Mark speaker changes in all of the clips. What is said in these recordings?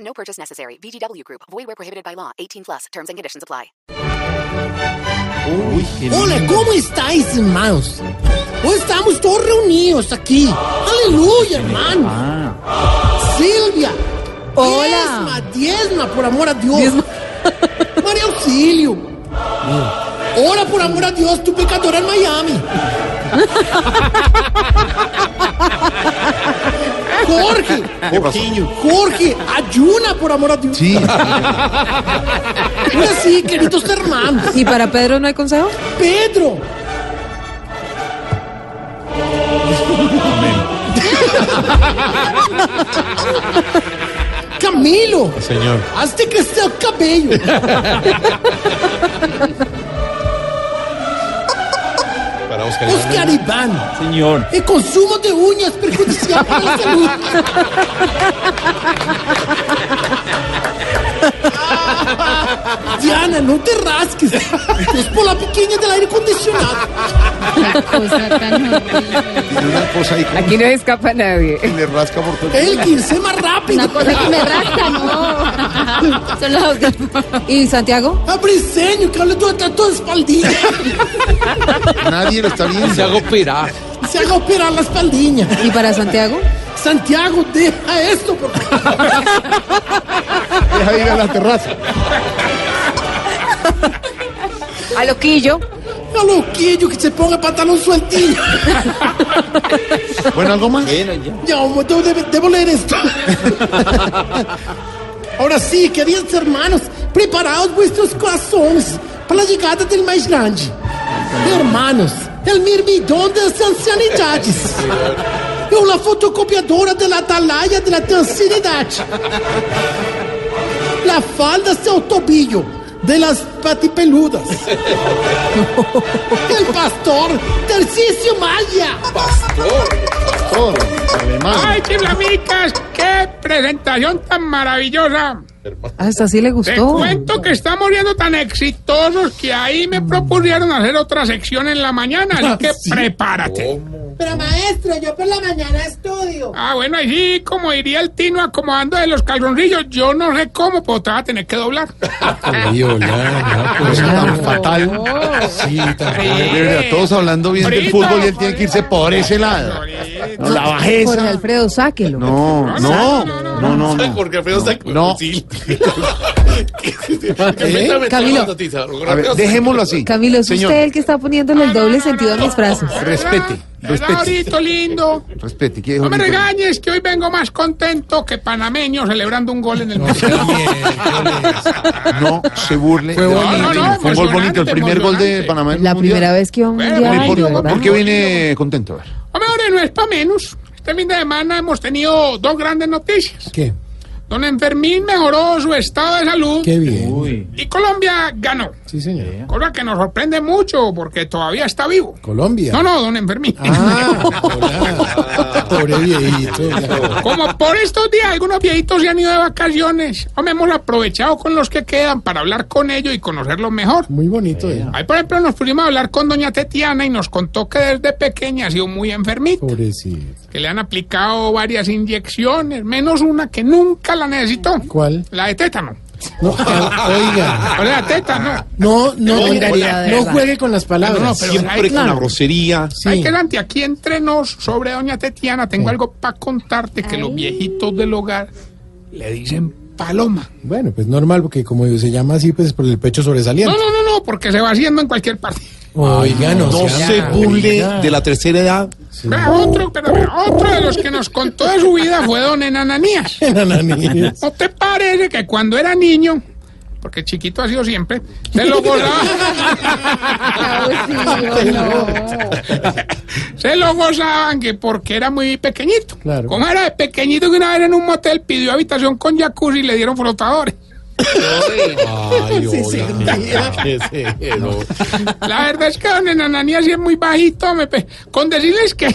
Speaker 1: No purchase necessary. VGW Group. Void where prohibited by law. 18 plus. Terms and conditions apply.
Speaker 2: Uy, qué
Speaker 3: Hola,
Speaker 2: lindo.
Speaker 3: ¿cómo estáis, hermanos? Hoy estamos todos reunidos aquí. Aleluya, hermano.
Speaker 2: Ah,
Speaker 3: Silvia.
Speaker 4: Hola.
Speaker 3: Diezma, diezma, por amor a Dios. María Auxilio. Hola, por amor a Dios, tu pecadora en Miami. Jorge. Jorge, ayuna, por amor a Dios.
Speaker 2: sí.
Speaker 3: Ahora sí, queridos hermanos.
Speaker 4: ¿Y para Pedro no hay consejo?
Speaker 3: Pedro. Camilo,
Speaker 2: Señor.
Speaker 3: hazte crecer el cabello.
Speaker 2: Para Oscar.
Speaker 3: Oscar Iván,
Speaker 2: Señor.
Speaker 3: el consumo de uñas perjudicial para la salud. Diana, no te rasques. Es por la pequeña del aire acondicionado.
Speaker 4: Pues
Speaker 5: Tiene una cosa ahí
Speaker 4: Aquí no escapa nadie.
Speaker 5: que le rasca por todo.
Speaker 3: Elkin, sé más rápido.
Speaker 4: que me rasca, no. Son los ¿Y Santiago?
Speaker 3: Abriseño, que habla toda, toda espaldilla.
Speaker 5: Nadie lo está viendo.
Speaker 2: Se hago pirá.
Speaker 3: Se haga operar la espaldilla.
Speaker 4: ¿Y para Santiago?
Speaker 3: Santiago, deja esto, por favor.
Speaker 5: Deja ir a la terraza.
Speaker 4: A Loquillo.
Speaker 3: A loquillo É que se ponga tá pantalón sueltillo.
Speaker 5: Bueno, ¿algo más?
Speaker 3: Ya, homo, debo, debo- debo leer esto. Ahora sí, queridos hermanos, preparaos vuestros corazones para la llegada del más grande. Hermanos, el mirmidón de las ancianidades. Eu la fotocopiadora de la atalaya de la transidad. La falda seu tobillo de las patipeludas. El pastor Tercicio Maya.
Speaker 5: Todo. Alemán.
Speaker 6: ¡Ay, chiflamicas! ¡Qué presentación tan maravillosa!
Speaker 4: Ah, Hasta sí le
Speaker 6: Te
Speaker 5: Oh.
Speaker 4: gustó.
Speaker 6: cuento que estamos viendo tan exitosos que ahí
Speaker 5: Mm.
Speaker 6: me propusieron hacer otra sección en la mañana,
Speaker 5: Ah,
Speaker 6: así que prepárate.
Speaker 5: Oh.
Speaker 3: Pero maestro, yo por la mañana estudio.
Speaker 6: Ah, bueno, ahí sí, como diría el Tino acomodando de los calzoncillos, yo no sé cómo, pero te vas a tener que doblar.
Speaker 5: Cosa pues, tan fatal. Sí, tan fatal. De verdad, todos hablando bien del
Speaker 6: Frito,
Speaker 5: fútbol y él tiene que irse por ese lado. No, la
Speaker 4: Jorge
Speaker 5: bajeza.
Speaker 4: Alfredo, sáquelo.
Speaker 5: No, no, no, no. no.
Speaker 7: Porque Alfredo está
Speaker 5: No.
Speaker 4: Camilo.
Speaker 5: A ver, dejémoslo así.
Speaker 4: Camilo, es
Speaker 5: Señor,
Speaker 4: usted el que está poniéndole el doble sentido a mis frases.
Speaker 5: Respete, respete.
Speaker 6: Ahorita, lindo.
Speaker 5: Respete, ¿qué dijo
Speaker 6: No me
Speaker 5: Nicolás?
Speaker 6: regañes, que hoy vengo más contento que panameño celebrando un gol en el Mundial.
Speaker 5: No se burle. Fue
Speaker 6: bonito. No, no,
Speaker 5: Fue un gol bonito. El primer gol de
Speaker 6: emocionante.
Speaker 5: Panamá. en el
Speaker 4: La
Speaker 5: Mundial.
Speaker 4: primera vez que iba a un
Speaker 6: Bueno,
Speaker 4: mundial,
Speaker 6: no
Speaker 4: de
Speaker 6: importa,
Speaker 4: verdad.
Speaker 5: ¿Por qué viene contento? A ver.
Speaker 6: Hombre, ahora no es para menos. Este fin de semana hemos tenido dos grandes noticias.
Speaker 3: ¿Qué?
Speaker 6: Don Enfermín mejoró su estado de salud
Speaker 3: Qué bien.
Speaker 2: Uy.
Speaker 6: y Colombia ganó.
Speaker 3: Sí, señor.
Speaker 6: Cosa que nos sorprende mucho porque todavía está vivo.
Speaker 3: Colombia.
Speaker 6: No, no, don Enfermín.
Speaker 3: Ah, hola. Pobre viejito. ya.
Speaker 6: Como por estos días algunos viejitos se han ido de vacaciones, hombre, hemos aprovechado con los que quedan para hablar con ellos y conocerlos mejor.
Speaker 3: Muy bonito. eh.
Speaker 6: Ahí, por ejemplo, nos pusimos a hablar con doña Tetiana y nos contó que desde pequeña ha sido muy enfermita,
Speaker 3: Pobrecito.
Speaker 6: que le han aplicado varias inyecciones, menos una que nunca la necesitó.
Speaker 3: ¿Cuál?
Speaker 6: La de tétano.
Speaker 3: No, ah, oiga.
Speaker 6: ¿Cuál es la tétano?
Speaker 3: No, no,
Speaker 4: Oiga,
Speaker 3: oiga,
Speaker 4: de
Speaker 3: no
Speaker 4: verdad.
Speaker 3: juegue con las palabras.
Speaker 6: No, no, pero hay,
Speaker 3: Ah, claro.
Speaker 7: grosería.
Speaker 3: Sí.
Speaker 6: hay que delante, aquí entre nos, sobre doña Tetiana, tengo algo para contarte que los viejitos del hogar le dicen paloma.
Speaker 3: Bueno, pues normal, porque como se llama así, pues por el pecho
Speaker 6: No,
Speaker 3: sobresaliente.
Speaker 6: no, no, no, porque se va haciendo en cualquier parte.
Speaker 3: Oiga, no,
Speaker 7: No
Speaker 3: sea-
Speaker 7: se burle de la tercera edad.
Speaker 6: Vea, otro, pero vea, otro de los que nos contó de su vida fue don Enananías.
Speaker 3: Ananías.
Speaker 6: ¿No te parece que cuando era niño porque chiquito ha sido siempre, se lo gozaban,
Speaker 5: Ah,
Speaker 4: Abusivo, Ah, pues
Speaker 5: pues
Speaker 4: no.
Speaker 6: se lo gozaban que porque era muy pequeñito.
Speaker 3: Claro.
Speaker 6: Como era de pequeñito que una vez en un motel pidió habitación con jacuzzi y le dieron flotadores.
Speaker 7: Ay,
Speaker 3: Sí, sí,
Speaker 7: hola.
Speaker 3: mira.
Speaker 7: ¿Qué es eso?
Speaker 6: La verdad es que don Enananía sí es muy bajito, me pe- con decirles que,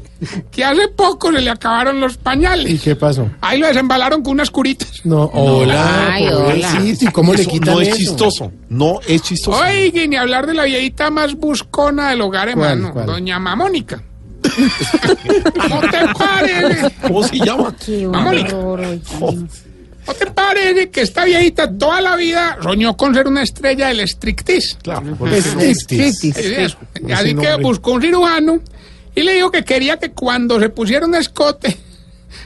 Speaker 6: que hace poco se le acabaron los
Speaker 5: ¿Y
Speaker 6: pañales.
Speaker 5: qué pasó?
Speaker 6: Ahí lo desembalaron con unas curitas.
Speaker 5: No, hola.
Speaker 4: Ay, hola.
Speaker 5: pobrecito, ¿y cómo le
Speaker 7: Eso
Speaker 5: quitan
Speaker 7: no es
Speaker 5: eso?
Speaker 7: chistoso. No es chistoso.
Speaker 6: Oye, ni hablar de la viejita más buscona del hogar,
Speaker 5: ¿Cuál,
Speaker 6: hermano,
Speaker 5: cuál?
Speaker 6: doña Mamónica. no te pares.
Speaker 7: ¿Cómo se llama?
Speaker 4: Qué
Speaker 6: Mamónica.
Speaker 4: horror, oiga.
Speaker 5: Oh.
Speaker 6: ¿No te parece que esta viejita toda la vida soñó con ser una estrella del strictis?
Speaker 7: Claro.
Speaker 5: Es
Speaker 3: Pues,
Speaker 6: Es
Speaker 5: estritis.
Speaker 6: eso.
Speaker 7: ese
Speaker 6: Así que
Speaker 7: nombre.
Speaker 6: buscó un cirujano y le dijo que quería que cuando se pusiera un escote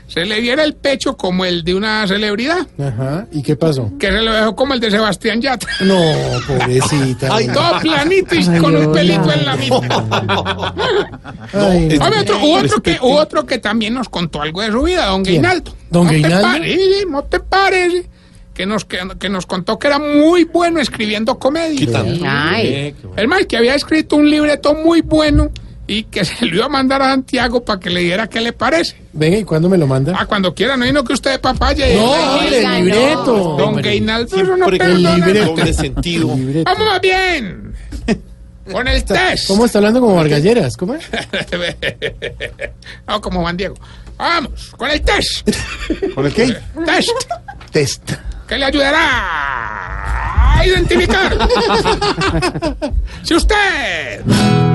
Speaker 6: se le viera el pecho como el de una celebridad,
Speaker 5: Ajá. ¿Y qué pasó?
Speaker 6: que se lo dejó como el de Sebastián Yatra.
Speaker 5: No, pobrecita.
Speaker 7: Ay,
Speaker 6: Todo planito y con un pelito en la mitad.
Speaker 5: Ay,
Speaker 7: es-
Speaker 5: no.
Speaker 6: Hombre, otro,
Speaker 7: No,
Speaker 6: hubo, otro que,
Speaker 7: respete.
Speaker 6: hubo otro que también nos contó algo de su vida, don
Speaker 5: ¿Quién?
Speaker 6: Guinaldo.
Speaker 5: ¿Don
Speaker 6: ¿No
Speaker 5: Guinaldo?
Speaker 6: Te parece, no te parece que nos, que, que nos contó que era muy bueno escribiendo comedia.
Speaker 7: Quitando.
Speaker 4: Ay,
Speaker 6: Es más, que había escrito un libreto muy bueno y que se lo iba a mandar a Santiago para que le diera qué le parece.
Speaker 5: Venga, ¿y cuándo me lo manda?
Speaker 6: Ah, cuando quiera, no no que usted papaya.
Speaker 5: No, hombre,
Speaker 4: oiga,
Speaker 5: el libreto.
Speaker 6: Don Guinaldo es una
Speaker 7: Siempre con
Speaker 6: persona-
Speaker 5: libre-
Speaker 7: doble sentido.
Speaker 5: Libreto.
Speaker 6: Vamos más bien. Con el test.
Speaker 5: ¿Cómo está hablando como Vargalleras? ¿Cómo es?
Speaker 6: No, Ah, como Juan Diego. Vamos, con el test.
Speaker 7: ¿Con el qué?
Speaker 6: Test
Speaker 8: Test.
Speaker 6: que le ayudará a identificar si usted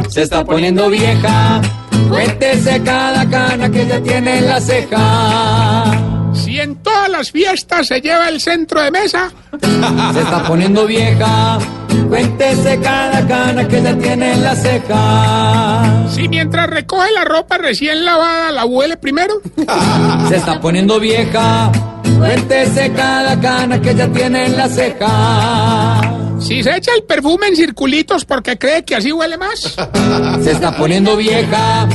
Speaker 9: Se está poniendo vieja. Cuéntese cada cana que ya tiene en la ceja.
Speaker 6: si en todas las fiestas se lleva el centro de mesa
Speaker 9: Se está poniendo vieja. Cuéntese cada cana que ya tiene en la ceja.
Speaker 6: si mientras recoge la ropa recién lavada la huele primero
Speaker 9: Se está poniendo vieja. Cuéntese cada cana que ya tiene en la ceja.
Speaker 6: si se echa el perfume en circulitos porque cree que así huele más
Speaker 9: Se está poniendo vieja.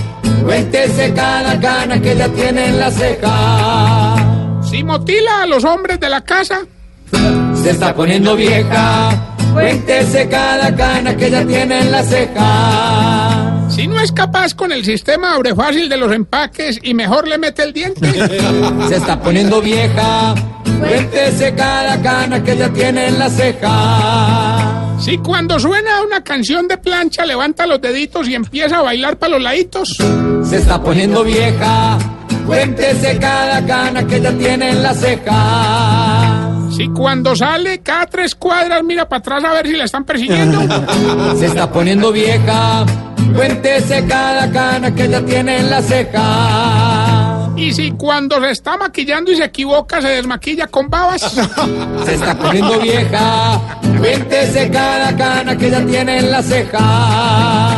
Speaker 9: Cuéntese cada cana que ya tiene en la ceja.
Speaker 6: si motila a los hombres de la casa
Speaker 9: Se está poniendo vieja. Cuéntese cada cana que ya tiene en la ceja.
Speaker 6: si no es capaz con el sistema abre fácil de los empaques y mejor le mete el diente
Speaker 9: Se está poniendo vieja. Cuéntese cada cana que ya tiene en la ceja.
Speaker 6: si cuando suena una canción de plancha levanta los deditos y empieza a bailar para los laditos
Speaker 9: Se está poniendo vieja. Cuéntese cada cana que ya tiene en la ceja.
Speaker 6: Si cuando sale cada tres cuadras mira para atrás a ver si la están persiguiendo.
Speaker 9: Se está poniendo vieja. Cuéntese cada cana que ya tiene en la ceja.
Speaker 6: y si cuando se está maquillando y se equivoca se desmaquilla con babas.
Speaker 9: Se está poniendo vieja. Cuéntese cada cana que ya tiene en la ceja.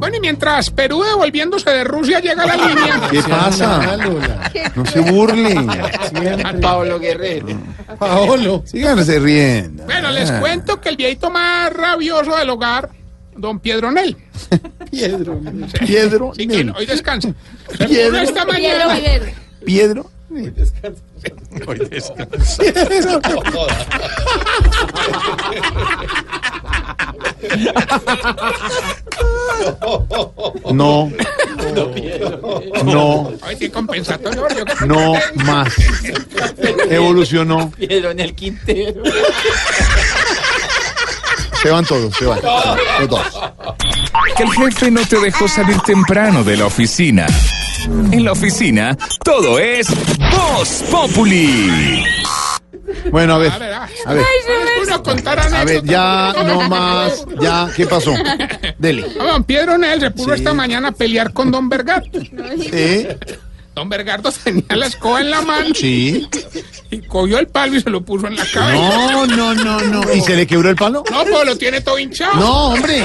Speaker 6: bueno, y mientras Perú devolviéndose de Rusia llega a la línea.
Speaker 7: ¿Qué pasa?
Speaker 5: Hola.
Speaker 7: No se burlen.
Speaker 9: Pablo Guerrero.
Speaker 5: Paolo.
Speaker 7: Síganse riendo.
Speaker 6: Bueno, les
Speaker 7: Ah.
Speaker 6: cuento que el viejito más rabioso del hogar, don Piedronel.
Speaker 7: Piedro. Piedro.
Speaker 6: Sí, que
Speaker 7: Nel.
Speaker 6: hoy descansa. Se
Speaker 7: Piedro.
Speaker 6: puso esta
Speaker 4: Quiero
Speaker 6: mañana.
Speaker 4: ver.
Speaker 7: Piedro. Nel. No. No.
Speaker 6: Hoy sí, compensatorio. porque yo-
Speaker 7: No más. Evolucionó.
Speaker 9: Pedro en el Quintero.
Speaker 7: Se van todos, se van. Los dos.
Speaker 10: Que el jefe no te dejó salir temprano de la oficina. En la oficina, todo es Voz Populi.
Speaker 7: Bueno, a ver.
Speaker 6: A ver, ah,
Speaker 7: A ver,
Speaker 6: uno contar
Speaker 7: a ver,
Speaker 6: anécdotas.
Speaker 7: ya no más. Ya, ¿qué pasó? Dele.
Speaker 6: Ah, Don Piedronel se puso esta mañana a pelear con don Bergato.
Speaker 7: ¿Eh?
Speaker 6: Don Bergardo tenía la escoba en la mano
Speaker 7: Sí.
Speaker 6: y cogió el palo y se lo puso en la cabeza.
Speaker 7: No, Oh, no, no, no. ¿Y se le quebró el palo?
Speaker 6: No, pues lo tiene todo hinchado.
Speaker 7: No, hombre.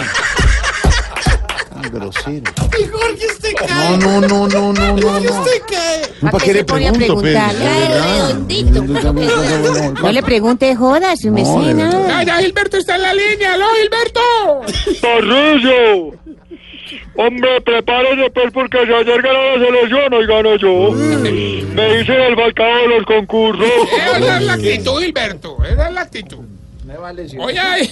Speaker 7: Tan grosero. No, no, no, no, no, no. no.
Speaker 4: ¿A
Speaker 7: ¿Para
Speaker 4: qué
Speaker 7: qué
Speaker 4: se
Speaker 7: le
Speaker 4: pone a
Speaker 7: pregunto, Pedro?
Speaker 4: preguntarle?
Speaker 7: De verdad.
Speaker 4: No le pregunte jodas, su
Speaker 7: No, de
Speaker 4: vecina.
Speaker 7: verdad.
Speaker 6: Ya, ya, Gilberto está en la línea. ¡Aló, Gilberto!
Speaker 9: Hombre, prepárese pues porque si ayer ganó la selección, hoy gano yo. Me hice el balcado de los concursos.
Speaker 6: Eh, Esa es la actitud, Gilberto. Esa es la actitud. Hoy hay...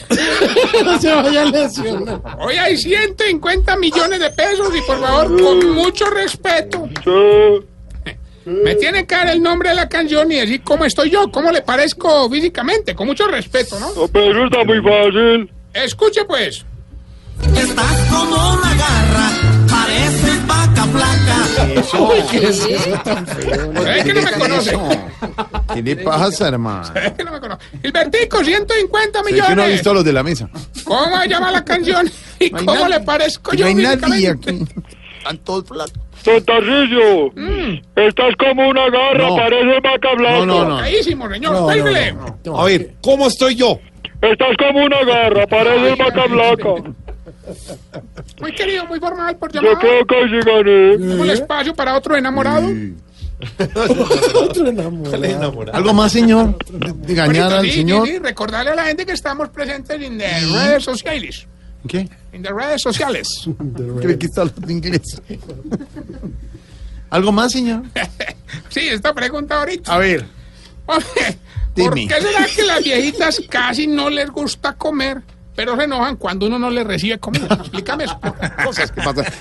Speaker 5: No se vaya a lesionar.
Speaker 6: Hoy hay 150 millones de pesos y por favor, con mucho respeto. Me tiene que dar el nombre de la canción y decir cómo estoy yo, cómo le parezco físicamente, con mucho respeto, ¿no?
Speaker 9: Pero Pues está muy fácil.
Speaker 6: Escuche pues.
Speaker 3: Estás como una garra, pareces vaca flaca.
Speaker 7: Eso.
Speaker 3: Uy,
Speaker 7: ¿qué
Speaker 3: es eso
Speaker 7: tan feo?
Speaker 6: Es que no me conoce.
Speaker 7: ¿Qué le pasa, hermano?
Speaker 6: Es que no me conoce. Gilbertico, 150
Speaker 7: Es que no ha
Speaker 6: millones.
Speaker 7: visto a los de la mesa.
Speaker 6: ¿Cómo se llama la canción? ¿Y
Speaker 7: hay
Speaker 6: cómo
Speaker 7: nadie.
Speaker 6: le parezco
Speaker 7: Y
Speaker 6: yo?
Speaker 7: no hay nadie
Speaker 6: físicamente?
Speaker 7: aquí. Están todos flacos.
Speaker 9: Don Tarcisio, estás como una garra,
Speaker 6: No.
Speaker 9: pareces vaca blanca.
Speaker 6: Carísimo, señor.
Speaker 9: No, no,
Speaker 6: cuélguele.
Speaker 9: A ver, ¿cómo estoy yo? Estás como una garra, pareces vaca blanca.
Speaker 6: Muy querido, muy formal por
Speaker 9: Yo
Speaker 6: llamado.
Speaker 9: creo que sí gané.
Speaker 6: Tengo el espacio para otro enamorado.
Speaker 7: Mm.
Speaker 5: Otro enamorado.
Speaker 7: ¿Algo más, señor? ¿De- de ¿Engañar
Speaker 6: Ahorita,
Speaker 7: al
Speaker 6: sí,
Speaker 7: señor?
Speaker 6: sí, sí, recordarle a la gente que estamos presentes en las
Speaker 7: Sí.
Speaker 6: redes sociales.
Speaker 7: ¿Qué?
Speaker 6: En las redes sociales.
Speaker 7: Creo que está hablando inglés. ¿Algo más, señor?
Speaker 6: Sí, esta pregunta ahorita.
Speaker 7: A ver.
Speaker 6: Hombre, ¿Por
Speaker 7: Dime.
Speaker 6: qué será que las viejitas casi no les gusta comer, pero se enojan cuando uno no les recibe comida? Explícame eso.
Speaker 7: Cosas que pasan.